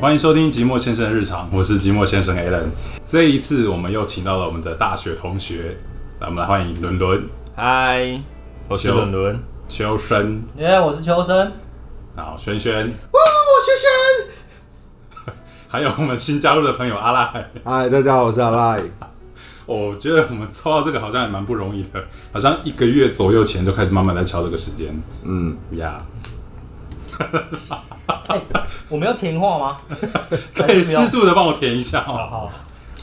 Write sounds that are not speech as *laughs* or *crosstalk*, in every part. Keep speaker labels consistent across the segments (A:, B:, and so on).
A: 欢迎收听寂寞先生日常，我是寂寞先生 Alan。这一次我们又请到了我们的大学同学，那我们来欢迎伦伦、
B: 嗨，我是
A: 秋
B: 伦伦。
A: 秋生，
C: 耶我是秋生，
A: 然后轩轩，
C: 我轩轩，
A: *laughs* 还有我们新加入的朋友阿赖。
D: 嗨，大家好，我是阿赖。
A: 我觉得我们抽到这个好像也蛮不容易的，好像一个月左右前就开始慢慢在敲这个时间。
D: 嗯，
A: 呀、
C: 我们要填话吗？
A: 可以适度的帮我填一下哦。
C: 好，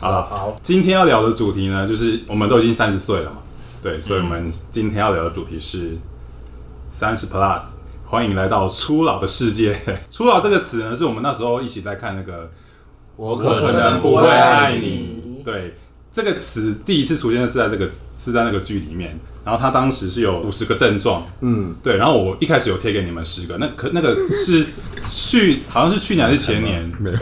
A: 好了，好，今天要聊的主题呢，就是我们都已经三十岁了嘛，对，所以我们今天要聊的主题是三十 plus，欢迎来到初老的世界。 *laughs* 初老这个词呢，是我们那时候一起在看那个《我
B: 我
A: 可能不会爱你》，对，这个词第一次出现是在这个是在那个剧里面，然后他当时是有五十个症状，
D: 嗯，
A: 对，然后我一开始有贴给你们十个，那可那个是去好像是去年还是前年，没有，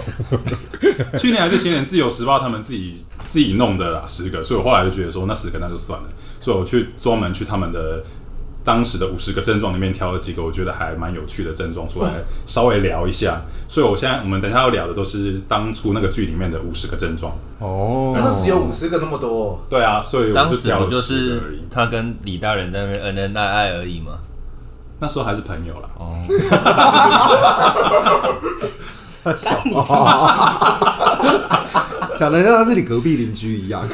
A: *laughs* 去年还是前年自由时报他们自己自己弄的啦，十个，所以我后来就觉得说那十个那就算了，所以我去专门去他们的。当时的五十个症状里面挑了几个，我觉得还蛮有趣的症状出来，稍微聊一下。所以我现在我们等一下要聊的都是当初那个剧里面的五十个症状。
D: 哦
E: 那时有五十个那么多，
A: 对啊，所以我
B: 当
A: 就
B: 时
A: 挑
B: 不
A: 了
B: 就
A: 10个而
B: 是
A: 已。
B: 他跟李大人在那边恩恩爱爱而已嘛？
A: 那时候还是朋友啦。
B: 哦，
D: 讲的像他是你隔壁邻居一样。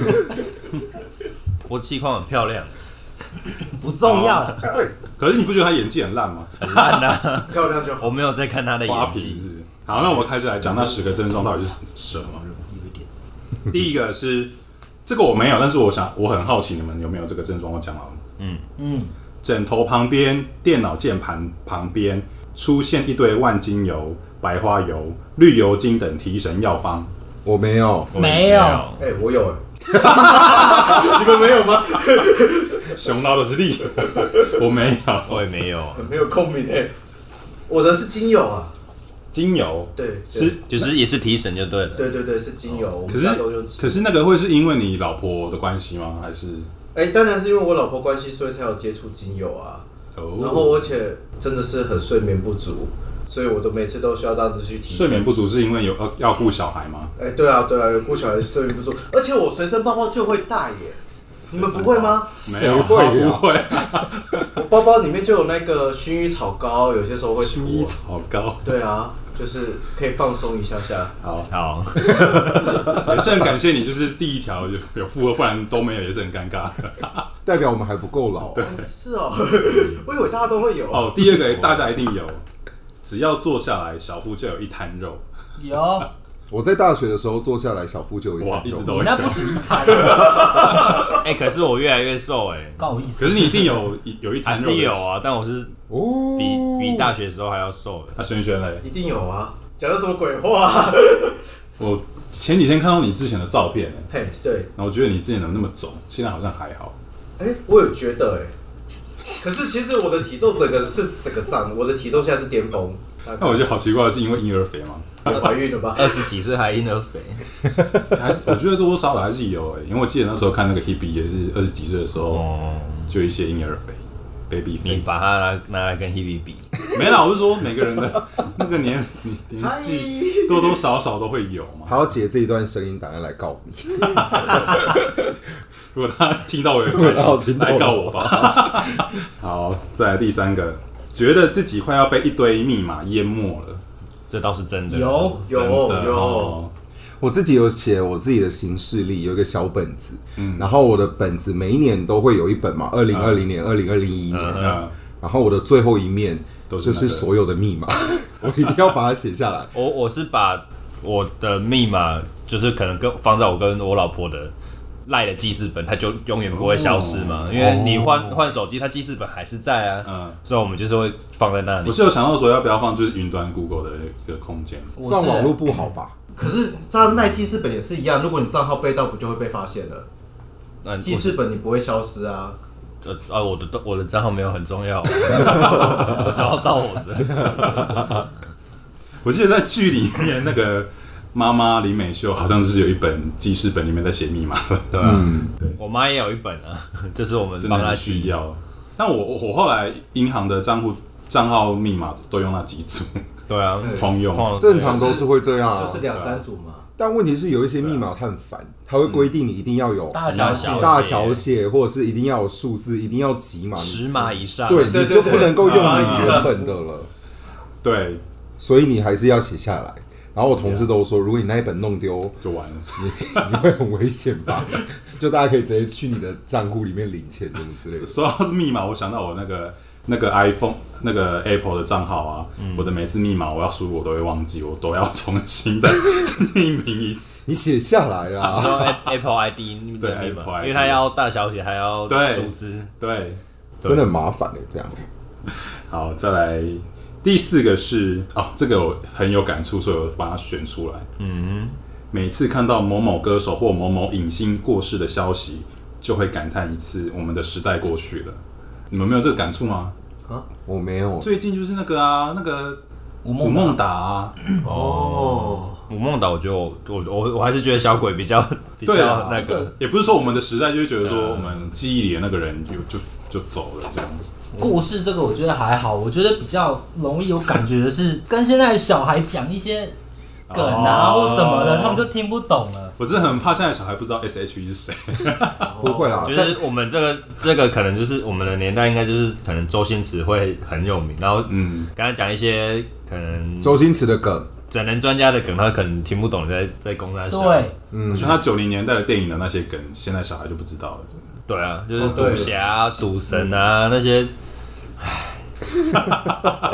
B: 我气况很漂亮，
C: 不重要，
A: *laughs* 可是你不觉得他演技很烂吗？
E: 漂亮就好。
B: 我没有在看他的
A: 花
B: 演
A: 瓶是
B: 技
A: 不。是。好，那我们开始来讲那十个症状到底是什么。第一个是这个我没有，但是我想我很好奇你们有没有这个症状，我讲好了。
C: 嗯，
A: 枕头旁边、电脑键盘旁边出现一堆万金油、白花油、绿油精等提神药方。
D: 我没有，
B: 我
C: 没有
E: 哎、我有哎、 *laughs* 你们没有吗？
A: 熊猫的是力， *laughs* 我没有
B: 我也没有，
E: 没有共鸣哎、我的是精油啊，
A: 精油，
E: 对，对
A: 是哦
B: 就是也是提神就对了。
E: 对对对，是精油，我
A: 可
E: 们
A: 是
E: 家都用精
A: 可
E: 油。
A: 是那个会是因为你老婆的关系吗？还是
E: 哎、当然是因为我老婆关系，所以才有接触精油啊。
A: 哦
E: 然后而且真的是很睡眠不足，所以我都每次都需要这样子去提
A: 睡眠
E: 神。
A: 不足是因为有要要顾小孩吗？
E: 哎、对啊对啊，有顾小孩睡眠不足，而且我随身包包就会带耶，你们不会吗？
A: 没有，
D: 谁会啊
A: 不会。
E: 我包包里面就有那个薰衣草膏，有些时候会
A: 薰
E: 涂
A: 衣草膏，
E: 对啊，就是可以放松一下下。
A: 好，
B: 好，
A: 也是很感谢你，就是第一条有有符合，不然都没有也是很尴尬。
D: 代表我们还不够老。对，
E: 是哦， *laughs* 我以为大家都会有。
A: 哦，第二个大家一定有，只要坐下来，小腹就有一滩肉。
C: 有，
D: 我在大学的时候坐下来，小腹就有
A: 哇，
D: 一
A: 一直
D: 点
A: 都
D: 肉。
C: 你
A: 有。
C: 那不止一台，
B: *laughs* 哎，可是我越来越瘦 *laughs* 哎，
C: 告我意
A: *laughs*
C: 思
A: 可。是你一定有一有一
B: 还
A: 滩肉。
B: 是有。啊，但我是
D: 哦
B: 比比大学的时候还要瘦的。
A: 那轩轩嘞，
E: 一定有啊，讲的什么鬼话、 *laughs* 啊？
A: 我前几天看到你之前的照片，欸
E: 嘿，对，
A: 然后我觉得你之前怎么那么肿，现在好像还好。
E: 哎、我有觉得哎、可是其实我的体重整个是整个涨，我的体重现在是巅峰。大
A: 但我
E: 概
A: 觉得好奇怪，是因为婴儿肥吗？
E: 怀孕了吧？
B: 二十几岁还婴儿肥，
A: 还是我觉得多多少少还是有欸诶、因为我记得那时候看那个 Hebe 也是二十几岁的时候，
B: 哦，
A: 就一些婴儿肥，baby 肥。
B: 你把它拿拿来跟 Hebe 比，
A: *laughs* 没啦，我是说每个人的那个年年纪多多少少都会有嘛。
D: 还要截这一段声音档案来告你。
A: 如果他听
D: *laughs*
A: 到我也开
D: 哦
A: 心，
D: 听到了
A: 来告我吧。
D: *laughs*
A: 好，再来第三个，觉得自己快要被一堆密码淹没了。
B: 这倒是真的。
C: 有，
E: 有
A: 真的
E: 有、
A: 哦
D: 我自己有写我自己的行事历，有一个小本子，然后我的本子每一年都会有一本嘛，二零二零年、二零二零一年，
A: 嗯
D: 然后我的最后一面
A: 都是
D: 就
A: 那个
D: 是所有的密码， *laughs* 我一定要把它写下来。
B: 我我是把我的密码，就是可能跟放在我跟我老婆的赖的记事本，它就永远不会消失嘛。因为你换换手机，它记事本还是在啊。
A: 嗯，
B: 所以我们就是会放在那里
A: 我。是有想到说要不要放就是云端 Google 的一个空间。
C: 我
D: 放
C: 是
D: 网络不好吧？
E: 可是这样耐记事本也是一样，如果你账号被盗，不就会被发现了？
B: 那
A: 嗯
E: 记事本你不会消失啊。
B: 呃啊，我的我的账号没有很重要，我只要到我的。
A: 我记得在剧里面那个妈妈李美秀好像就是有一本记事本里面在写密码了。对啊，
B: 我妈也有一本啊，就是我们
A: 真的
B: 帮她
A: 很
B: 记
A: 需要。但我我我后来银行的账户账号密码都用那几组，
B: 对啊，
E: 对
A: 通用
B: 通常
D: 正常都是会这样
A: 哦
D: 啊。
E: 就是两三组嘛。
D: 但问题是有一些密码它很烦，它会规定你一定要有
C: 大
B: 嗯小
C: 小
B: 写
D: 大小写，或者是一定要有数字，一定要几码，
B: 十码以上，
D: 对，
E: 对
D: 你
E: 对
D: 就不能够用
E: 对对
D: 你原本的了，
A: 对，
D: 所以你还是要写下来。然后我同事都说，如果你那一本弄丢，
A: 就完了。
D: 你会很危险吧？就大家可以直接去你的账户里面领钱什么之类
A: *laughs*
D: 的。
A: 说到密码，我想到我那个那个 iPhone 那个 Apple 的账号啊，我的每次密码我要输入我都会忘记，我都要重新再 *laughs* 命名一次。
D: 你写下来
B: 然
D: 啊，
B: 后 App- Apple ID
A: 对
B: 的密
A: Apple
B: 码，
A: ID
B: 因为它要大小写，还要
A: 对
B: 数字，
A: 对，
D: 真的很麻烦的、欸这样。
A: 好，再来第四个是哦，这个我很有感触，所以我把它选出来。
B: 嗯，
A: 每次看到某某歌手或某某影星过世的消息，就会感叹一次我们的时代过去了。你们没有这个感触吗？
D: 我没有，
A: 最近就是那个啊，那个
C: 吴
A: 吴孟
C: 孟达
A: 达啊，
E: 哦，
B: 吴孟达，我觉得我我我我还是觉得小鬼比较 *laughs* 比
A: 对啊
B: 较那个，
A: 也不是说我们的时代就会觉得说我们记忆里的那个人就就就走了这样子。
C: 故事这个我觉得还好，我觉得比较容易有感觉的是跟现在的小孩讲一些梗啊
B: 哦
C: 或什么的，他们就听不懂了。
A: 我真的很怕现在小孩不知道 S H E 是谁。
D: 不会啦。
B: 就是我们这个这个可能就是我们的年代，应该就是可能周星驰会很有名，然后
A: *laughs* 嗯，
B: 刚才讲一些可能
D: 周星驰的梗，
B: 整人专家的梗，他可能听不懂你在在公他笑，
C: 对，
A: 我
D: 嗯
A: 觉，得他九零年代的电影的那些梗，现在小孩就不知道了。
B: 对啊，就是
E: 哦对
B: 赌侠啊、赌神啊那些，唉，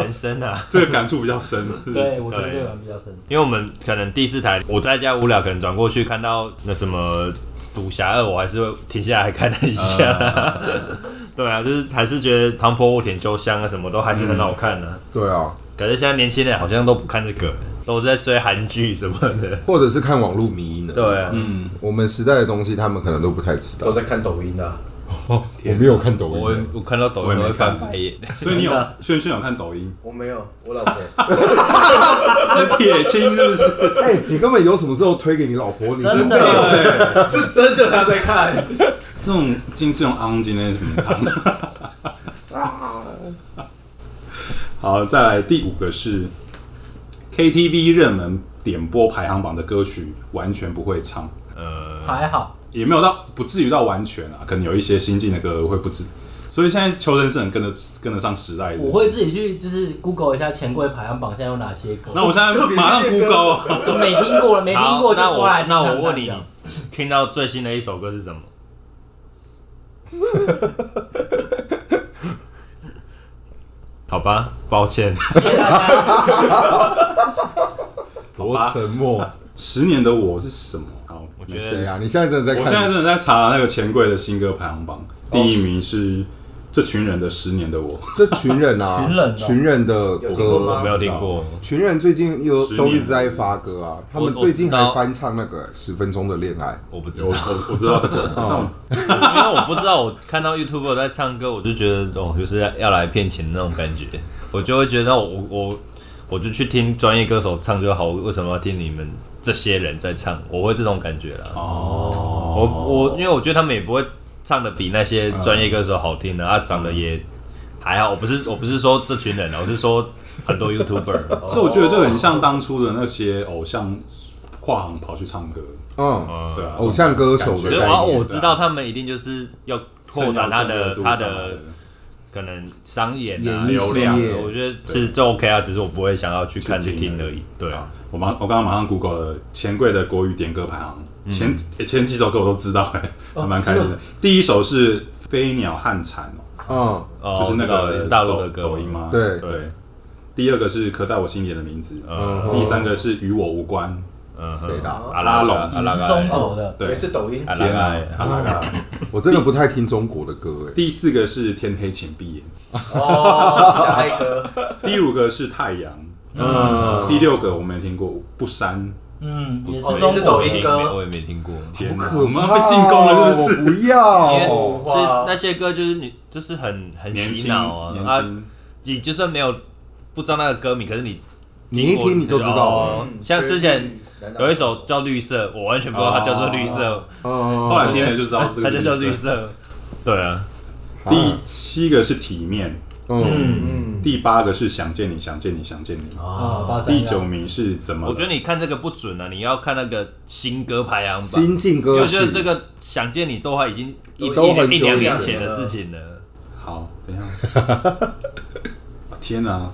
B: 人生啊。
A: 这个感触比较深。是不是
C: 对，我觉得这个比较深。
B: 因为我们可能第四台，我在家无聊，可能转过去看到那什么《赌侠二》，我还是会停下来看了一下啦。 *laughs* 对啊，就是还是觉得《唐伯虎点秋香》啊，什么都还是很好看的、啊。
D: 对啊，
B: 可是现在年轻人好像都不看这个，都在追韩剧什么的。
D: 或者是看网络迷音的。
B: 对啊，
A: 嗯，
D: 我们时代的东西，他们可能都不太知道
E: 都。在看抖音的啊，
D: 哦我没有看抖
B: 我
D: 音，
B: 我看到抖
A: 我也
B: 音
A: 没
B: 都会翻
A: 看
B: 白眼。
C: 嗯
A: 所以你有轩轩有看抖音，
E: 我没有，我老婆 *laughs*
A: 那撇清是不是？
D: 哎、你根本有什么时候推给你老婆？你是
C: 真的
A: 对，
E: 是真的她在看，
A: 这种进这种昂金那什么汤。 *laughs* 好，再来第五个是 KTV 热门点播排行榜的歌曲，完全不会唱，
B: 呃，
C: 还好，
A: 也没有到不至于到完全啊，可能有一些新进的歌会不知。所以现在求生是很跟得跟得上时代的。
C: 我会自己去就是 Google 一下钱柜排行榜现在有哪些歌，
A: 那我现在马上
E: 特别
A: g
E: 是
A: o 啊。
C: 就没听过了，没听
B: 好
C: 哎过，就
B: 那
C: 抓
B: 我
C: 来
B: 那
C: 听
B: 我
C: 看
B: 问
C: 看
B: 你
C: 这样，
B: 听到最新的一首歌是什
C: *laughs*
B: 么？好吧，抱歉。
D: 多沉默。
A: 十年的我是什么？好，
B: 我觉
A: 没
B: 得
A: 事
D: 谁啊？你现在真的在
A: 我
D: 看？
A: 现在真的在查那个钱柜的新歌排行榜，第一名是这群人的《十年的我》，
D: 这群人啊，
C: 群人哦
D: 群人的
E: 有听过
D: 歌
E: 吗
B: 我没有听过，
D: 群人最近又
A: 十年
D: 都一直在发歌啊，他们
B: 我
D: 最近
B: 我知
D: 还
B: 道
D: 翻唱那个十分钟的恋爱，
B: 我不知
A: *laughs* 我
B: 道，
A: 我我知道这 *laughs* 个，但我
B: 因为我不知道。我看到 YouTube 在唱歌，我就觉得哦，就是要来骗钱那种感觉，我就会觉得我我我就去听专业歌手唱就好，我为什么要听你们这些人在唱？我会这种感觉啦。
A: 哦，
B: 我我因为我觉得他们也不会唱的比那些专业歌手好听的，啊，长得也还好。我不是我不是说这群人啊，我是说很多 *laughs* YouTuber。
A: 哦所以我觉得就很像当初的那些偶像跨行跑去唱歌，
D: 嗯，
B: 嗯
A: 对，啊，
D: 偶像歌手
B: 我
D: 的
B: 觉
D: 概
B: 得
D: 念
B: 哇，我知道他们一定就是要扩展他的他的可能商演啊
D: 演艺
B: 流量
D: 事业，
B: 我觉得是就 OK 啊，只是我不会想要去看去
A: 去听哦
B: 听而已。对啊，
A: 我马我刚刚马上 Google 了钱柜的国语点歌排行，前诶前几首歌我都知道，哎，还蛮开嗯心的。第一首是《飞鸟和蝉》
D: 嗯，
A: 哦，
B: 哦
A: 就是那
B: 我知道也
A: 个
B: 是大陆的歌
A: 抖抖音吗？
D: 对
A: 对。第二个是刻在我心里的名字，
B: 嗯
A: 第三个是与我无关，
B: 嗯，
D: 谁的啊
B: 阿拉龙，
A: 阿
B: 阿拉
C: 你
B: 龙
C: 是中
E: 哦
C: 国的，
A: 对
E: 也，是
A: *laughs*
E: 抖音
B: 阿，拉
A: 天啊
B: 龙，
A: 阿拉嘎
D: 我真的不太听中国的歌哎诶。
A: 第四个是天黑请闭
B: *laughs*
A: 眼，
E: 哦，爱歌，
A: 第五个是太阳，
D: 嗯，
A: 第六个我没听过不删，
C: 嗯，也是
E: 哦
C: 中
E: 也是
C: 国啊
E: 抖
C: 的
E: 音歌
B: 我也没听过。
A: 天啊哪，
D: 可
A: 我们要
D: 怕哦！
A: 被进攻了是不
D: 我
A: 是？
D: 不
B: 因
C: 啊
B: 为
D: 要，
E: 哇
B: 是那些歌就是你就是很很
A: *laughs* 年
B: 洗
A: 轻，
B: 脑啊
A: 年
B: 啊！
A: 轻，
B: 你就算没有不知道那个歌名，可是你
D: 你一听你就知道了。
E: 嗯
B: 哦像之前有一首叫《绿色》，我完全不知道它叫做《绿色
D: 嗯，
A: 后来哦听了就知道》，是这
B: 它
A: 个
B: 就
A: 意
B: 叫《
A: 思。
B: 绿色》。对啊，
A: 第七个是体面，
D: 嗯，
E: 嗯，
A: 第八个是想见你，想见你，想见你。
C: 啊，八三
A: 第
C: 幺
A: 九名是怎么了？
B: 我觉得你看这个不准啊，你要看那个新歌排行榜。
D: 新晋
B: 因为
D: 歌
B: 我
D: 曲
B: 觉得这个想见你都还已经一
D: 都很
B: 一一
D: 久
B: 两
D: 以
B: 年
E: 前
B: 前的
E: 了
B: 事情了。
A: 好，等一下。
B: *laughs*
A: 啊天哪、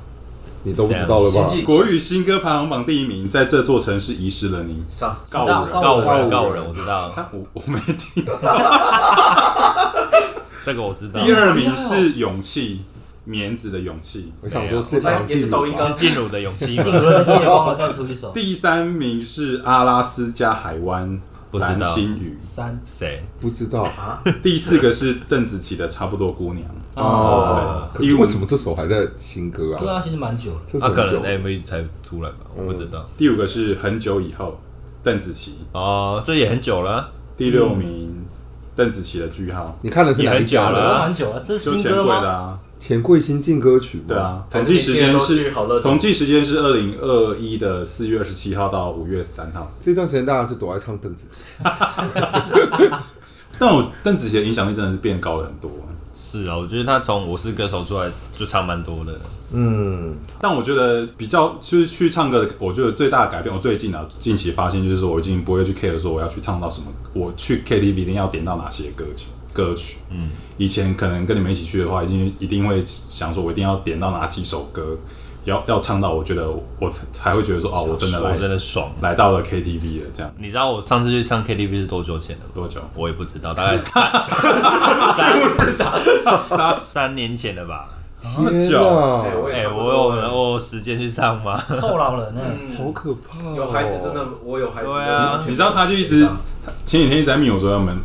D: 你都不知道了吧
E: 新？晋
A: 国语新歌排行榜第一名，在这座城市遗失了你。
E: 上
A: 告
C: 道
A: 人，
B: 告
C: 告
B: 人，
A: 人
B: 告人，我知道
A: 啊我我没听。
B: 这个，我知道。
A: 第二名是勇气，棉子的勇气。
D: 我想说是
E: 哎
D: 梁
E: 也是
D: 静
E: 抖音
D: 茹吧
E: 歌
B: 是进入的勇气
C: *laughs* 有
B: 吗？
C: 人也帮我再出一首
A: 第三名是阿拉斯加海湾
B: 不知道
A: 蓝心雨。
C: 三
B: 谁？
D: 不知道
A: 第四个是邓紫棋的《差不多姑娘》。
D: 哦。可
A: 第五
D: 为什么这首还在新歌
C: 啊对
D: 啊？
C: 啊，其实蛮久了。
D: 这首
B: 他啊可
D: 很久
B: 能哎 MV 才出来吧，我不知道。
A: 第五个是很久以后，邓紫棋。
B: 哦，这也很久了，
A: 第六名，邓紫棋的句号，
D: 你看的是哪一家
B: 也很久
D: 的
B: 了？
C: 都蛮久了，这是
A: 就
C: 新
A: 钱
C: 歌
A: 柜的
C: 吗？
A: 啊，
D: 钱柜新进歌曲吗
A: 对，啊。
E: 还
A: 统
E: 是
A: 计时间
E: 每天都去
A: 是
E: 好乐迪
A: 统计时间是二零二一的四月二十七号到五月三号。
D: 这段时间大家是躲在唱邓紫棋，
A: 但我邓紫棋的影响力真的是变高了很多。
B: 是啊，我觉得他从《我是歌手》出来就唱蛮多的。
D: 嗯，
A: 但我觉得比较就是去唱歌的，我觉得最大的改变，我最近啊近期发现就是说我已经不会去 care 说我要去唱到什么，我去 KTV 一定要点到哪些歌曲歌曲。嗯，以前可能跟你们一起去的话，已经一定会想说我一定要点到哪几首歌，要要唱到我觉得我才会觉得说哦，我真的来
B: 我真的爽。
A: 来到了 KTV 了，这样
B: 你知道我上次去唱 KTV 是多久前的吗？
A: 多久？
B: 我也不知道，大概三三三三年前了吧。
A: 么
D: 天
A: 久
E: 哎
D: 啊，
E: 我也
B: 哎、
E: 差不
B: 我
E: 多
B: 有
E: 了
B: 我有时间去唱吗？
C: 臭老人呢？
E: 嗯
D: 好可怕哦！
E: 有孩子真的，我有孩子真
B: 对啊
E: 的完全没有时间上。
A: 你知道他就一直他前几天一直在密我说我们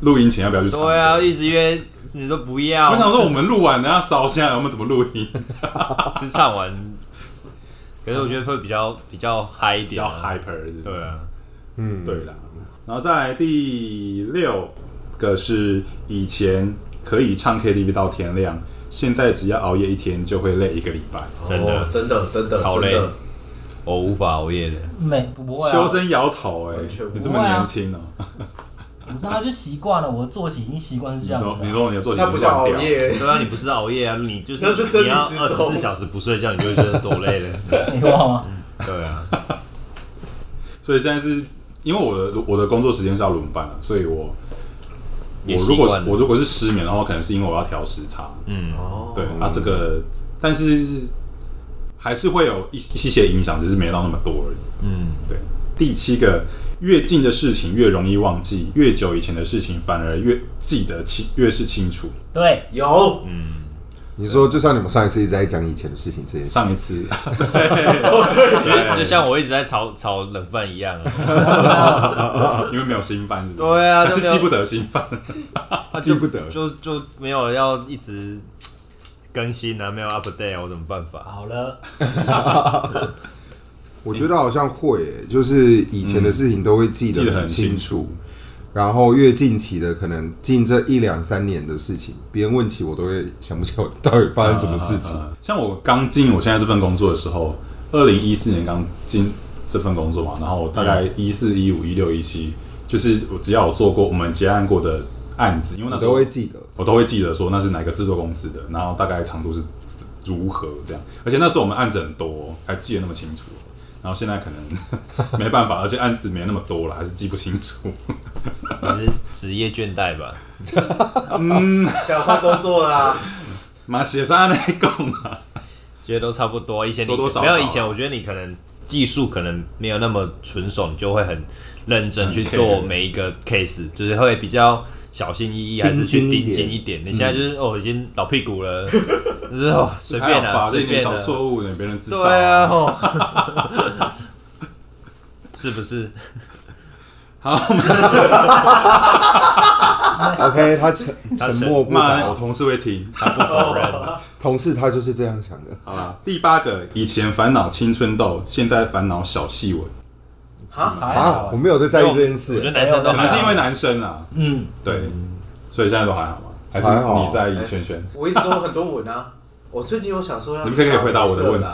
A: 录音前要不要去唱歌？
B: 对啊，一直约你都不要
A: 我，想说我们录完然后烧香，我们怎么录音？
B: 只唱完。可是我觉得会比较比较嗨一
A: 比
B: 点、
A: 较
B: 啊，。
A: hyper 是不是
B: 对啊，
D: 嗯，
A: 对啦。然后再来第六个是以前可以唱 KTV 到天亮，现在只要熬夜一天就会累一个礼拜。
B: 真的
E: 哦真的，真的，
B: 超
E: 真
B: 累
E: 的
B: 我无法熬夜的。
C: 没不不会
A: 修
C: 啊，
A: 身摇头哎、
E: 完全不会啊
A: 你这么年轻哦、
C: 不是他就习惯了，我的作息已经习惯是
A: 你
C: 这样
A: 说
C: 子啊
A: 你
C: 了。
A: 说你的作息
E: 那不叫熬
A: 乱掉，
E: 夜，
B: 对啊，你不是熬夜啊，你就是
E: 那是生理
B: 你要
E: 时
B: 二十
E: 钟
B: 四小时不睡觉，你就会觉得多累 *laughs* 了。
C: 你忘吗？
B: 对啊，
A: 所以现在是因为我的我的工作时间是要轮班了，所以我
B: 也
A: 我如果
B: 习惯
A: 是
B: 了
A: 我如果是失眠的话，可能是因为我要调时差。
B: 嗯，
E: 哦
A: 对、啊，这个但是还是会有一一些影响，只是没到那么多而已。
B: 嗯，
A: 对，第七个，越近的事情越容易忘记，越久以前的事情反而越记得清，越是清楚。
C: 对，
E: 有，
D: 你说就像你们上一次一直在讲以前的事情这件事，
A: 上一
B: *laughs*
A: 次，
B: 哦
A: *laughs*
B: 啊就就像我一直在炒炒冷饭一样啊，
A: 啊因为没有新番，是不是？
B: 对啊
A: 还是
B: 就没有
A: 记不得新番。
B: 他
D: 记
B: 就嗯
D: 不得
B: 就就没有要一直更新啊，没有 update 啊，我怎么办法？
C: 好了，
D: 我觉得好像会耶，就是以前的事情都会
A: 嗯
D: 记
A: 记
D: 得
A: 得很
D: 很清楚，然后越近期的可能近这一两三年的事情，别人问起我都会想不起来我到底发生什么事情。
A: 呃像我刚进我现在这份工作的时候，二零一四年刚进这份工作嘛，然后大
B: 嗯
A: 概一四、一五、一六、一七，就是我只要我做过我们结案过的案子，因为那
D: 我
A: 时候
D: 都会记得，
A: 我都会记得说那是哪个制作公司的，然后大概长度是如何这样。而且那时候我们案子很多哦，还记得那么清楚。然后现在可
B: *laughs*
A: 能没办法，而且案子没那么多了，还是记不清楚。
B: 你是职业倦怠吧？
E: 想换工作啦，
A: 妈，写上来讲啊，
B: 觉得都差不多。以前你
A: 多多少少
B: 没有
A: 啊
B: 以前，我觉得你可能技术可能没有那么纯熟，你就会很认真去
A: 很 care
B: 做每一个 case，就是会比较小心翼翼，还是去
D: 盯紧一
B: 盯
D: 点
B: 紧一点。你现在就是哦，已经老屁股了，就是哦随便
A: 还
B: 啊，
A: 好吧
B: 随
A: 这一点
B: 便
A: 小
B: 啊，
A: 错误呢，别人知道。
B: 对啊，哦，是不是？
D: OK，他沉
B: 沉
D: 沉默不
A: 骂人
D: 答
A: 我。同事会听。
E: 哦
D: 同事他就是这样想的，
A: 好啦，第八个，以前烦恼青春痘，现在烦恼小细纹，
E: 哈，
C: 还
D: 啊，
C: 好
D: 我。没有在在意这件
B: 我觉得
D: 事，
B: 男生都
A: 可能
B: 还
A: 是因
B: 好
A: 为男生啊，
C: 嗯，
A: 对，所以现在都还好吗？还是
D: 还好
A: 你在意圈圈？
E: 我一直都很多文啊。我最近有想说要，
A: 你们可以回答我的问题。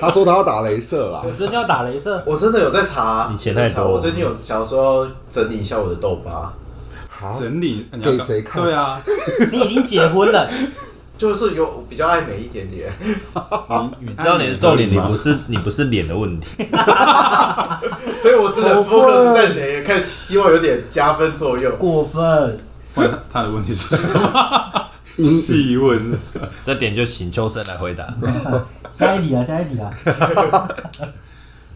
D: 他说他要打镭射啦
C: 我，最近要打镭射，
E: 我真的有在查，
B: 你钱太多
E: 我在查我最近有想说要整理一下我的痘疤，
D: 啊
A: 整理你要
D: 给谁看
A: 对啊，
C: 你已经结婚了， *laughs*
E: 就是有比较爱美一点点，
A: 你
B: 你知道你的重点，你不是哎你不是脸的问题，
E: 所以我只
C: 好
E: 能
C: 贵
E: focus 在雷，看希望有点加分作用。
C: 过分，
A: 他 *laughs* 他的问题是什么？是疑问。
B: 这点就请秋生来回答。
C: 下一题啊，下一题啊，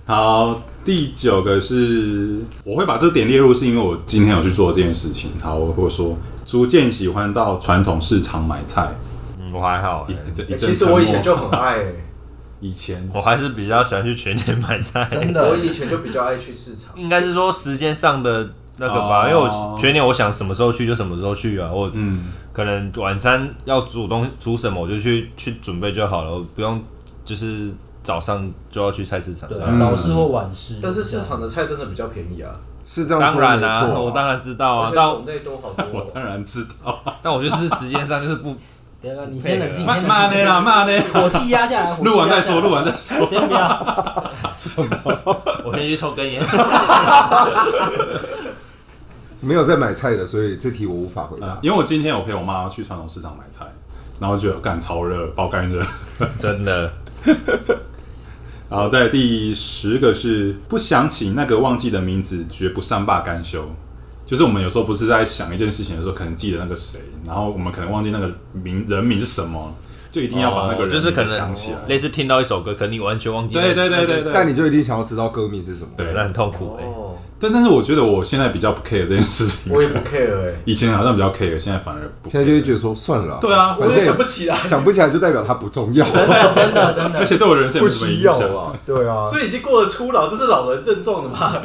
A: 好，第九个是我会把这点列入，是因为我今天有去做这件事情。好，我会说逐渐喜欢到传统市场买菜。
B: 嗯，我还好
A: 一
B: 欸、
A: 这一
E: 欸
A: 阵
E: 其实
A: 沉默
E: 我以前就很爱、欸，
A: 以
B: *laughs*
A: 前
B: 我还是比较喜欢去全年买菜。
C: 真的，
E: 我以前就比较爱去市场。
B: 应该是说时间上的那个吧，
A: 哦
B: 因为我全年我想什么时候去就什么时候去啊，我
A: 嗯
B: 可能晚餐要煮东煮什么我就去去准备就好了，我不用就是早上就要去菜市场。
C: 对
A: 嗯
B: 啊，
E: 嗯
C: 早市或晚市，
E: 但是市场的菜真的比较便宜啊，
D: 是这样
B: 当
D: 说没
B: 然
D: 错
B: 啦、
D: 啊，
B: 我当然知道
E: 而
B: 啊
E: 且，
B: 但
E: 种类多好多
A: 我
E: 哦、
A: 当然知道，
B: 但我就是时间上就是不
C: 等一下，你先冷静，你
A: 骂
C: 先
A: 骂
C: 冷
A: 呢
C: 静，
A: 啦，骂呢。
C: 火气压下来，火气
A: 录完再
C: 压下
A: 说，
C: 来
A: 录完再说。
C: 先不要，
B: 我先去抽根烟。
D: 没有在买菜的，所以这题我无法回答。
A: 因为我今天有陪我妈去传统市场买菜，然后觉得干超热，爆干热。
B: 真的，
A: 然后在第十个是不想起那个忘记的名字，绝不善罢甘休。就是我们有时候不是在想一件事情的时候，可能记得那个谁，然后我们可能忘记那个名人名是什么，就一定要把那个
B: 哦
A: 人
B: 就是可
A: 名想
B: 能
A: 起来。
B: 类似听到一首歌，可能你完全忘记那
A: 对
B: 个。
A: 对对对对，
D: 但你就一定想要知道歌名是什么？
A: 对
B: 那很痛苦哎、
E: 哦， *laughs*
A: 但但是我觉得我现在比较不 care 这件事情
E: 我，也不 care 哎、
A: 以前好像比较 care，现在反而不 care。
D: 现在就会觉得说算了，
A: 对，啊，
E: 我
D: 反正
E: 也
D: 也
E: 想不起来，
D: 想不起来就代表它不重要，
C: 真的真
A: 而
C: 的，
A: 且对我人生也
D: 不
A: 没什么
D: 需
A: 影
D: 要
A: 响。
D: 啊，对啊，
E: 所以已经过了初老，这是老人症状了嘛？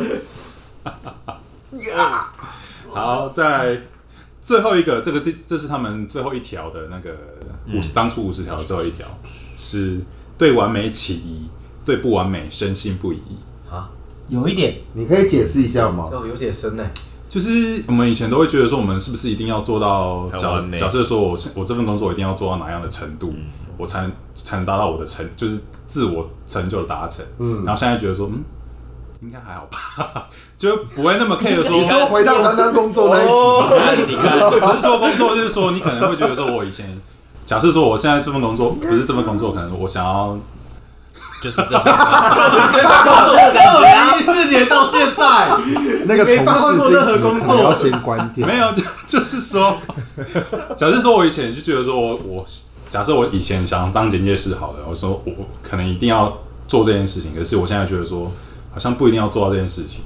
A: 好，在最后一个，这个第这是他们最后一条的那个
D: 嗯
A: 五、当初五十条的最后一条是对完美起疑，对不完美深信不疑。
C: 有一点，
D: 你可以解释一下吗？
E: 哦，有点深哎、
A: 就是我们以前都会觉得说，我们是不是一定要做到
B: 很
A: 假
B: 完美
A: 假设说我是我这份工作一定要做到哪样的程度，
D: 嗯
A: 我才能才能达到我的成，就是自我成就的达成。嗯，然后现在觉得说，嗯，应该还好吧， *laughs* 就不会那么 care 说
D: *laughs* 你说回到刚刚
B: *laughs*
D: 工作那一题，
E: 哦，
A: 你看，不是说工作，就是说你可能会觉得说，我以前假设说我现在这份工作不是这份工作，可能我想要
B: 就是这样。
E: 二零一四年到现在，
D: 那个同事这一
E: 没办法做任何
D: 集
E: 工
D: 可
E: 作
D: 能要先关掉。
A: 没有，就 *laughs* 就是说，假设说我以前就觉得说我我假设我以前想当剪接师好了，我说我可能一定要做这件事情，可是我现在觉得说好像不一定要做到这件事情。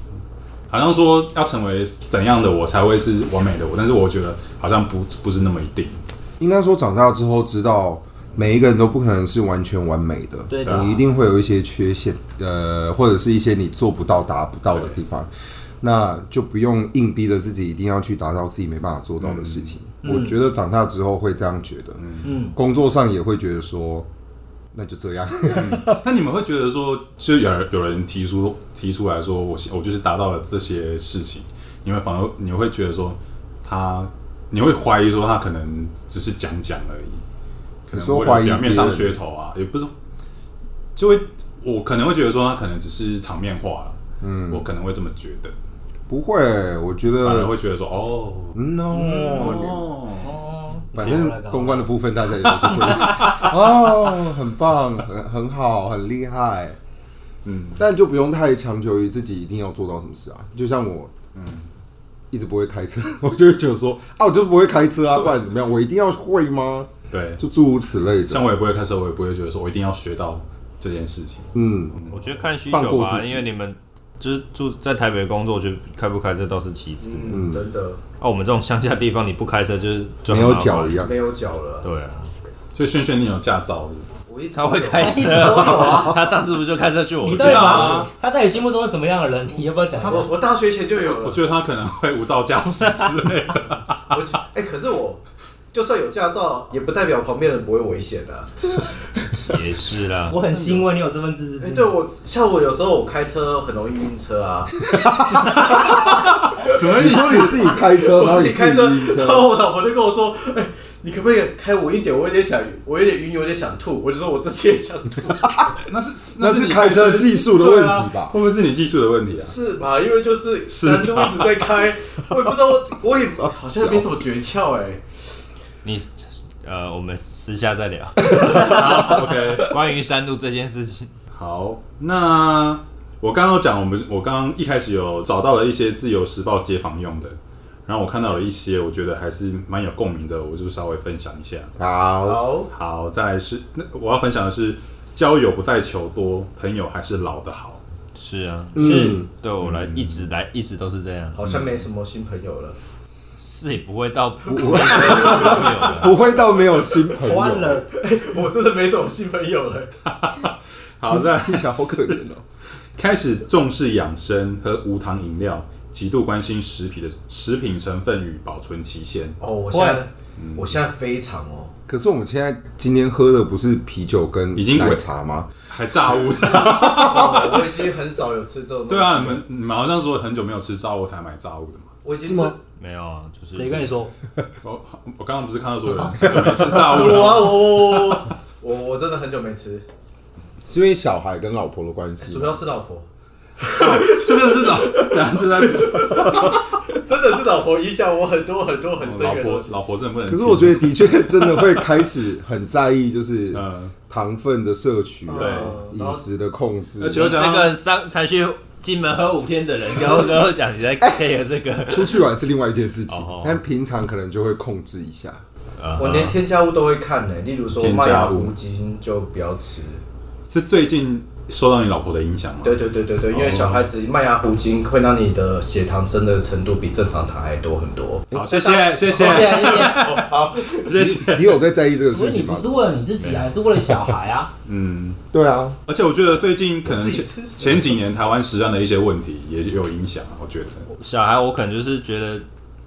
A: 好像说要成为怎样的我才会是完美的我，但是我觉得好像不不是那么一定。
D: 应该说长大之后知道，每一个人都不可能是完全完美的，
C: 对的
D: 你一定会有一些缺陷，呃，或者是一些你做不到、达不到的地方，那就不用硬逼着自己一定要去达到自己没办法做到的事情。我觉得长大之后会这样觉得，
C: 嗯，
D: 工作上也会觉得说，那就这样。 *laughs*
A: 那你们会觉得说，就有人有人提出提出来说，我现我就是达到了这些事情，你会反而你会觉得说他，你会怀疑说他可能只是讲讲而已，可
D: 你
A: 能
D: 说
A: 为了
D: 怀疑
A: 表面上
D: 别人
A: 噱头啊，也不是，就会我可能会觉得说他可能只是场面化了，嗯，我可能会这么觉得，
D: 不会，我觉
A: 反而
D: 得
A: 会觉得说哦，
D: no，
A: 哦，
C: 哦，
D: 反正公关的部分大家也都是会 *laughs* 哦，很棒，很很好，很厉害。
A: 嗯，
D: 但就不用太强求于自己一定要做到什么事啊。就像我，嗯，一直不会开车， *laughs* 我就会觉得说，啊，我就不会开车啊，不然怎么样？我一定要会吗？
A: 对，
D: 就诸如此类
A: 像
D: 的。
A: 我也不会开车，我也不会觉得说我一定要学到这件事情，
D: 嗯，
B: 我觉得看需
D: 放
B: 求
D: 过自
B: 吧，
D: 己
B: 因为你们就是住在台北工作，我觉得开不开车倒是其次。
E: 嗯，真的
B: 啊，我们这种乡下地方，你不开车就是就
D: 没
B: 很
D: 有
B: 麻烦
D: 脚一。样。
E: 没有脚了。
B: 对啊，
A: 所以轩轩你有驾照是不是
E: 我一直
B: 他会开车，他上次不就开车去我
C: 你
B: 们
C: 到
B: 家
C: 底
A: 知道啊
C: 把他在你心目中是什么样的人？ *laughs* 你要不要讲一下？
E: 我我大学前就有
A: 我
E: 了，
A: 觉得他可能会无照驾驶之类的。
E: 我觉哎、可是我就算有驾照，也不代表旁边人不会危险啊。
B: 也是啦。
C: 我很欣慰你有这份自知
E: 哎、
C: 之
E: 对
C: 明。
E: 我像我有时候我开车很容易晕车啊，
D: 什么意思？你自己开车，然
E: 我
D: 后
E: 自
D: 你
E: 己开车
D: 自己晕，
E: 然后我老婆就跟我说，哎、你可不可以开稳一点？我有点想，我有点晕，有点想吐。我就说我自己也想吐，
A: *laughs* 那是
D: 那是开车技术的问题
A: 啊
D: 吧
A: 会不会是你技术的问题啊？
E: 是吧？因为就是
A: 是
E: 咱都一直在开，我也不知道我，我也好像没什么诀窍哎、
B: 你呃，我们私下再聊
A: 好，OK，
B: 关于山路这件事情。
A: 好，那我刚刚讲，我们我刚刚一开始有找到了一些《自由时报》街访用的，然后我看到了一些，我觉得还是蛮有共鸣的，我就稍微分享一下。
D: 好，
E: 好，
A: 好，再来是那我要分享的是，交友不在求多，朋友还是老的好。
B: 是啊，
D: 嗯，
B: 对我来一直来一直都是这样，
E: 好像没什么新朋友了，
B: 是也不会到不会到没有了。
D: 不会到没有新朋友，
E: 完了，我真的没什么新朋友了。
A: 好，再来
D: 听起来好可怜哦。
A: 开始重视养生和无糖饮料，极度关心食品的食品成分与保存期限。
E: 哦，我现在，我现在非常哦，
D: 可是我们现在今天喝的不是啤酒跟
A: 已经
D: 奶茶吗？
A: 还炸物炸？
E: 哦我已经很少有吃这种。
A: *laughs* 对啊，你，们你们好像说很久没有吃炸物才买炸物的嘛。
E: 我已经
D: 是吗？
B: *laughs* 没有啊，就是
C: 谁跟你说？
A: 我我刚刚不是看到说有人很久没吃炸物
E: 我
A: *laughs* 了？
E: 啊我我我我真的很久没吃，
D: 是因为小孩跟老婆的关系
E: 主要是老婆，
A: 这个是老怎样？这在
E: 真的是老婆影响我很多很多很深
A: 老
E: 远的东
A: 婆
E: 西。
A: 老婆真的不能。
D: *laughs* 可是我觉得的确真的会开始很在意，就是
A: 得， *laughs* 嗯，
D: 糖分的摄取啊
A: 对，
D: 饮食的控制。
A: 而且
B: 这个上才去金门喝五天的人， *laughs* 然后然后讲你在 care 这个，
D: 出去玩是另外一件事情
B: 哦哦，
D: 但平常可能就会控制一下。
E: 我连添加物都会看呢、例如说
A: 添加物
E: 麦芽糊精就不要吃。
A: 是最近受到你老婆的影响吗？
E: 对对对对对，因为小孩子麦芽糊精会让你的血糖升的程度比正常糖还多很多。
A: 好，谢谢谢
C: 对
A: 谢
C: 啊对 *laughs* 啊
E: 好，
A: 谢谢。
D: 你有在在意这个
C: 所
D: 事
C: 以你
D: 情
C: 不
D: 吗
C: 是？为了你自己啊，还是为了小孩啊？
A: 嗯，
D: 对啊，
A: 而且我觉得最近可能
E: 我自己
A: 前
E: 吃死
A: 前几年台湾食安的一些问题也有影响，啊我觉得。
B: 小孩我可能就是觉得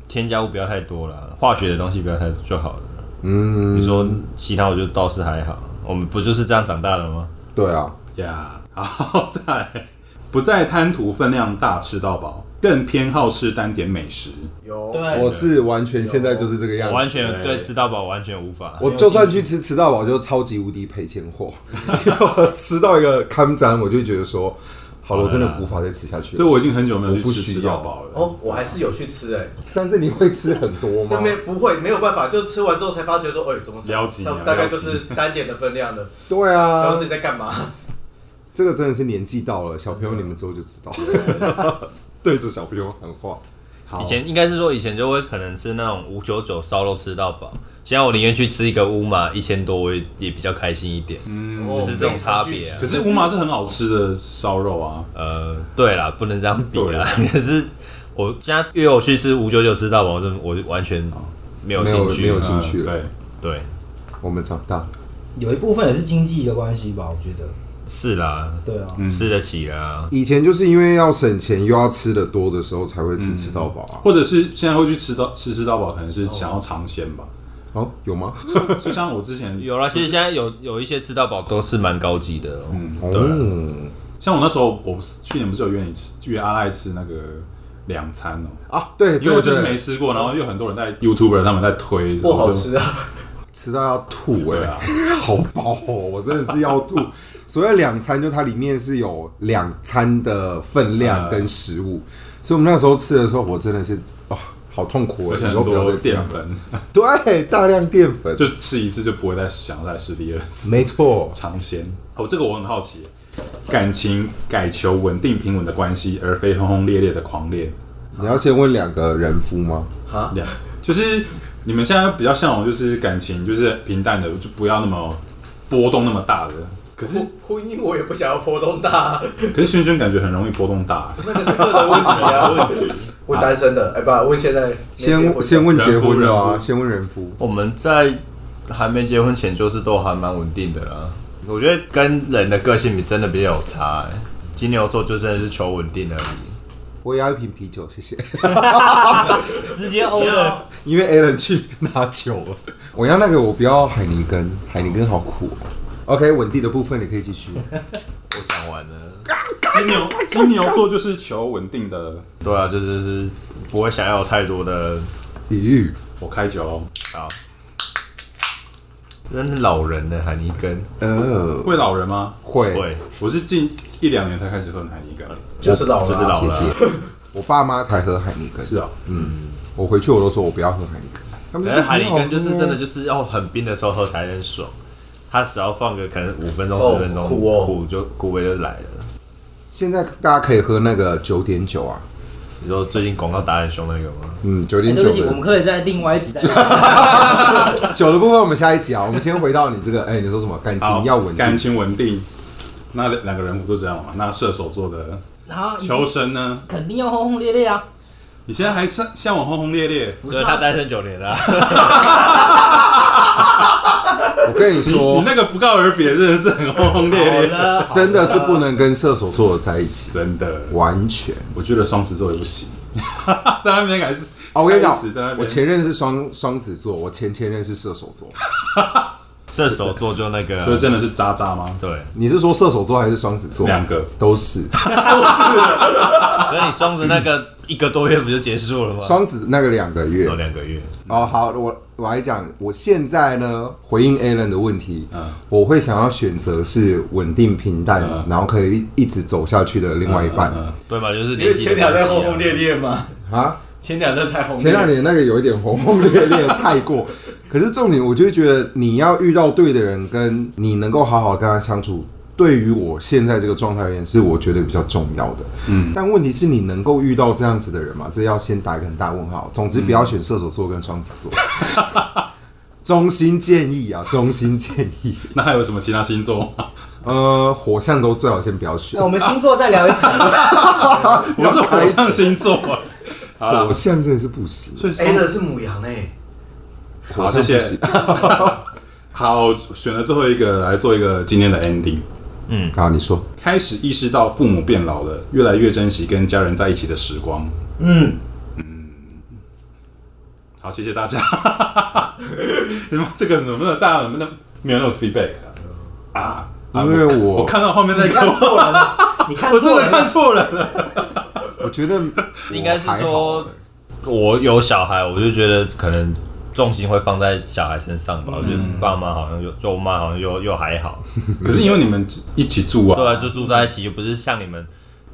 B: 添加物不要太多了，化学的东西不要太多就好了。
D: 嗯，
B: 你说其他我就倒是还好，我们不就是这样长大的吗？
D: 对啊，
A: 呀、好，再来，不再贪图分量大吃到饱，更偏好吃单点美食。
E: 有
C: *laughs* 对，
D: 我是完全现在就是这个样
B: 我完
D: 子。
B: 全
A: 对
B: 对吃到饱完全无
A: 啊
B: 法。
D: 我就算去吃吃到饱，就超级无敌赔钱
A: *laughs*
D: 货。吃到一个看展，我就觉得说，好了，我真的无法再吃下去
A: 对，
D: 了。
A: 我已经很久没有
D: 我不
A: 去吃
D: 需
A: 吃
D: 要
A: 到饱了。
E: 哦，我还是有去吃哎、
D: 但是你会吃很多
E: 但
D: 吗？
E: 没不会没有办法，就吃完之后才发觉说，哎、怎么才
A: 了解
E: 差不
A: 了
E: 多大概
A: 解
E: 就是单点的分量了，
D: 对
E: 想要
D: 啊
E: 自，己在干嘛？
D: 这个真的是年纪到了，小朋友你们之后就知
A: *laughs*
D: 道。
A: 啊
D: 对着小朋友喊话，
A: 好
B: 以前应该是说以前就会可能吃那种五九九烧肉吃到饱，现在我宁愿去吃一个乌马一千多，我也也比较开心一点。
E: 嗯，
B: 就是这种差别啊
A: 可是乌麻是很好吃的烧肉啊，
B: 呃，对啦，不能这样比
A: 对
B: 啦。可是我现在约我去吃五九九吃到饱，我真的我完全没有
D: 没有
B: 兴趣。
D: 没有兴趣了
A: 嗯
B: 对，
D: 我们长大了，
C: 有一部分也是经济的关系吧，我觉得。
B: 是啦，
C: 对啊，
A: 嗯
B: 吃得起啦。
D: 以前就是因为要省钱又要吃的多的时候才会吃吃到饱啊
A: 对，。或者是现在会去吃到吃吃到饱，可能是想要尝鲜吧。 *laughs*
D: 哦，有吗？
A: 就像我之前，
B: 有啦，其实现在有有一些吃到饱都是蛮高级的、哦。
D: 哦，
A: 像我那时候，我去年不是有约你吃约阿赖吃那个两餐哦、
D: 啊，对，
A: 因为我
D: 对
A: 就是
D: 对，
A: 没吃过，然后又很多人在 YouTuber 他们在推，
E: 不
A: 然后
E: 好
A: 就
E: 吃啊！
D: 吃到要吐
A: 对
D: 哎、
A: 啊，
D: 好饱哦，我真的是要
A: *laughs*
D: 吐。所谓两餐，就它里面是有两餐的分量
A: 嗯
D: 跟食物，所以我们那时候吃的时候，我真的是哦，好痛苦
A: 而
D: 哎、
A: 且
D: 以
A: 很
D: 后不要
A: 多
D: 再这样
A: 淀，粉，
D: 对，大量淀粉，
A: 就吃一次就不会再想要再吃第二次。
D: 没错，
A: 尝鲜哦，这个我很好奇，感情改求稳定平稳的关系，而非轰轰烈烈的狂恋。
D: 你要先问两个人夫吗？
E: 啊，
A: 两就是你们现在比较向往，就是感情就是平淡的，就不要那么波动那么大的。可是
E: 婚婚姻我也不想要波动大，
A: 可是轩轩感觉很容易波动大，
E: *laughs* 那个是个人问题 *laughs* 啊。问单身的，哎、不，问现在没结婚
D: 先
E: 的
D: 先问结婚的
A: 人夫人
D: 啊，
A: 夫
D: 先问人夫。
B: 我们在还没结婚前就是都还蛮稳定的啦。我觉得跟人的个性比真的比较有差、欸。金牛座就真的是求稳定而已。
D: 我也要一瓶啤酒，谢谢。
C: 直接欧了。
D: 因为 Alan 去拿酒了，我要那个我不要海尼根，海尼根好苦、哦。OK，稳定的部分你可以继续。
B: 我讲完了。
A: 金牛金牛座就是求稳定的。
B: 对啊，就是是不会想要有太多的
D: 咦，
A: 我开酒哦，
B: 啊。真是老人呢，海尼根
D: 呃，
A: *laughs* 会老人吗？
D: 会，
A: 我是近一两年才开始喝海尼根，
E: 就是老
B: 就是
E: 了啊，
D: *laughs*
B: 老了啊。
D: 谢谢。我爸妈才喝海尼根，
A: 是啊，
D: 我回去我都说我不要喝海尼根，他们
B: 可
D: 就是
B: 哎海里根
D: 很好
B: 就是真的
D: 喝啊
B: 就是要很冰的时候喝才很爽，它只要放个可能五分钟
E: 哦
B: 十分钟，
E: 苦哦
B: 苦就苦味就来了。
D: 现在大家可以喝那个九点九啊，
B: 你说最近广告打得很凶那个吗？
D: 嗯，九
C: 哎
D: 点
C: 对不
D: 九
C: 起，我们
D: 的
C: 可以在另外一 *laughs* 集再聊。
D: 酒的部分我们下一集啊，我们先回到你这个，哎、你说什么感
A: 好
D: 情要稳
A: 感
D: 定？
A: 情稳定。那两个人不都这样吗？那射手座的
C: 然后一定
A: 求生呢？
C: 肯定要轰轰烈烈啊！
A: 你现在还向向往轰轰烈烈？
C: 不是
B: 所以
C: 啊
B: 他单身九年了、啊，
D: 我跟
A: 你
D: 你
A: 你 *laughs*
D: 说，
A: 那个啊不告而别，真的是很轰轰烈
C: *laughs* 好
A: 烈，
C: 了，
D: 真的是不能跟射手座的在一起，
A: 真的。
D: 完全。
A: 我觉得双子座也不 *laughs* 行，在那边还是
D: 哦，我跟你
A: 开始在那
D: 讲，
A: 边
D: 我前任是双双子座，我前前任是射手座。
B: 射手座就那
C: *laughs*
A: 所以
B: 个
A: 真的是渣渣吗？
B: 对，
D: 你是说射手座还是双子座？
A: 两个
D: 都是。
B: 可是你双子那 *laughs* 个一个多月不就结束了吗？
D: 双子那个两个月
B: 有。两个月，
A: 嗯
D: 哦，好，我我来讲，我现在呢回应 Alan 的问题，我会想要选择是稳定平淡，
A: 嗯
D: 然后可以一直走下去的另外一半
A: 嗯
B: 对嘛？就是
E: 因为
B: 年纪
E: 前
B: 的
E: 两
B: 关
E: 任
B: 系
E: 轰轰烈
B: 啊。
E: 烈嘛，
D: 啊。
E: 前两任太轰烈
D: 前
E: 烈
D: 两年那个有一点轰轰烈烈太
A: *laughs*
D: 过，可是重点我就觉得你要遇到对的人，跟你能够好好跟他相处，对于我现在这个状态而言，是我觉得比较重要的。嗯，但问题是你能够遇到这样子的人吗？这要先打一个很大问号。总之不要选射手座跟双子
A: *laughs*
D: 座。衷心建议啊，衷心建议，
A: 那还有什么其他星座吗？
D: 呃，火象都最好先不要选
C: 那。我们星座再聊 *laughs* 一集。
A: *laughs* 我是火象星座。
D: *laughs*
A: 好
D: 火
A: 了，
D: 象真的是不行，
A: 所以
E: ，A
A: 双
E: 的是母羊欸诶、
A: 好，
D: 哎火象
A: 谢
D: 不
A: 谢
D: 行。。
A: *laughs* 好，选了最后一个来做一个今天的 ending。
D: 好，你说，
A: 开始意识到父母变老了，越来越珍惜跟家人在一起的时光。
C: 嗯，
A: 好，谢谢大家。 *laughs* 你们这个能不能大家能不能没有那种 feedback 啊？啊啊
D: 因为
A: 我
D: 我
A: 看到后面那
C: 你看
A: 个，
C: 错人了，你看
A: 我真
C: 错
A: 的
C: 人
A: 看
C: 了。
A: 错人了。
D: 我觉
A: *laughs*
D: 得
B: 应该是
D: 我还好
B: 说，我有小孩，我就觉得可能重心会放在小孩身上吧。我觉得
C: 嗯
B: 爸妈好像就就我妈好像又又还好，
A: 可是因为你们一起住啊，
B: 对啊，就嗯住在一起，又不是像你们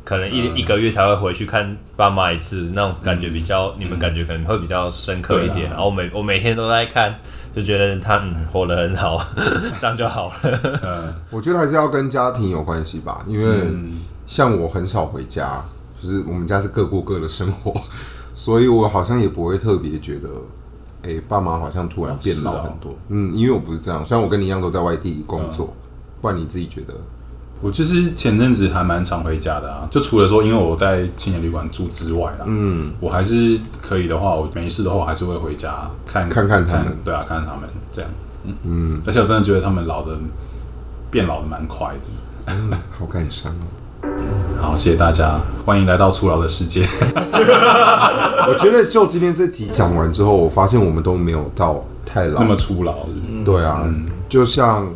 B: 可能一、一个月才会回去看爸妈一次，那种感觉比较，你们感觉可能会比较深刻一
A: 对
B: 点。
A: 啊
B: 然后我每我每天都在看，就觉得他、嗯、活得很好， *laughs* 这样就好了。
A: 嗯
D: 我觉得还是要跟家庭有关系吧，因为
A: 嗯
D: 像我很少回家，就是我们家是各过各的生活， *laughs* 所以我好像也不会特别觉得，哎、爸妈好像突然变
A: 是
D: 老
A: 哦
D: 很多。嗯，因为我不是这样，虽然我跟你一样都在外地工作，不然你自己觉得，
A: 我就是前阵子还蛮常回家的啊，就除了说因为我在青年旅馆住之外啦，
D: 嗯，
A: 我还是可以的话，我没事的话，我还是会回家看
D: 看看他们
A: 对啊，看看他们这样，嗯嗯，而且我真的觉得他们老的变老的蛮快的。
D: 好感伤
A: *laughs*
D: 哦。
A: 好，谢谢大家，欢迎来到初老的世界。
D: 我觉得就今天这集讲完之后，我发现我们都没有到太老，
A: 那么嗯初老，
D: 对啊，就像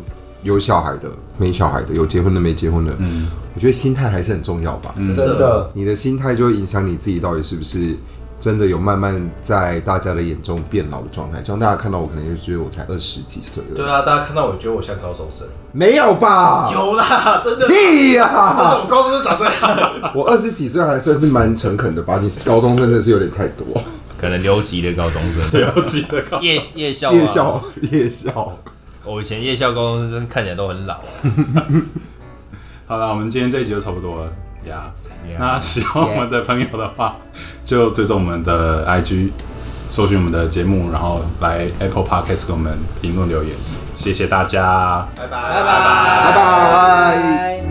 D: 有小孩的、没小孩的，有结婚的、没结婚的，
A: 嗯
D: 我觉得心态还是很重要吧。
C: 真的，
D: 呃你的心态就会影响你自己到底是不是真的有慢慢在大家的眼中变老的状态。就像大家看到我，可能就觉得我才二十几岁了，
E: 对啊，大家看到我觉得我像高中生，
D: 没有吧？
E: 有啦，真的，真
D: 屁呀、
E: 的，我高中生长这样，
D: 我二十几岁还算是蛮诚恳的吧？你高中生真的是有点太多，
B: 可能留级的高中 *laughs* 生，
A: 不记得搞
B: 夜夜校、啊，
D: 夜，校夜校，
B: 我以前夜校高中生看起来都很老、啊。
A: 好了，我们今天这一集就差不多了呀。
B: Yeah
A: 那喜欢我们的朋友的话，就追踪我们的 IG，搜寻我们的节目，然后来 Apple Podcast 给我们评论留言，谢谢大家。
E: *laughs* 拜拜，
C: 拜
E: 拜
C: 拜
D: 拜拜。
C: 拜。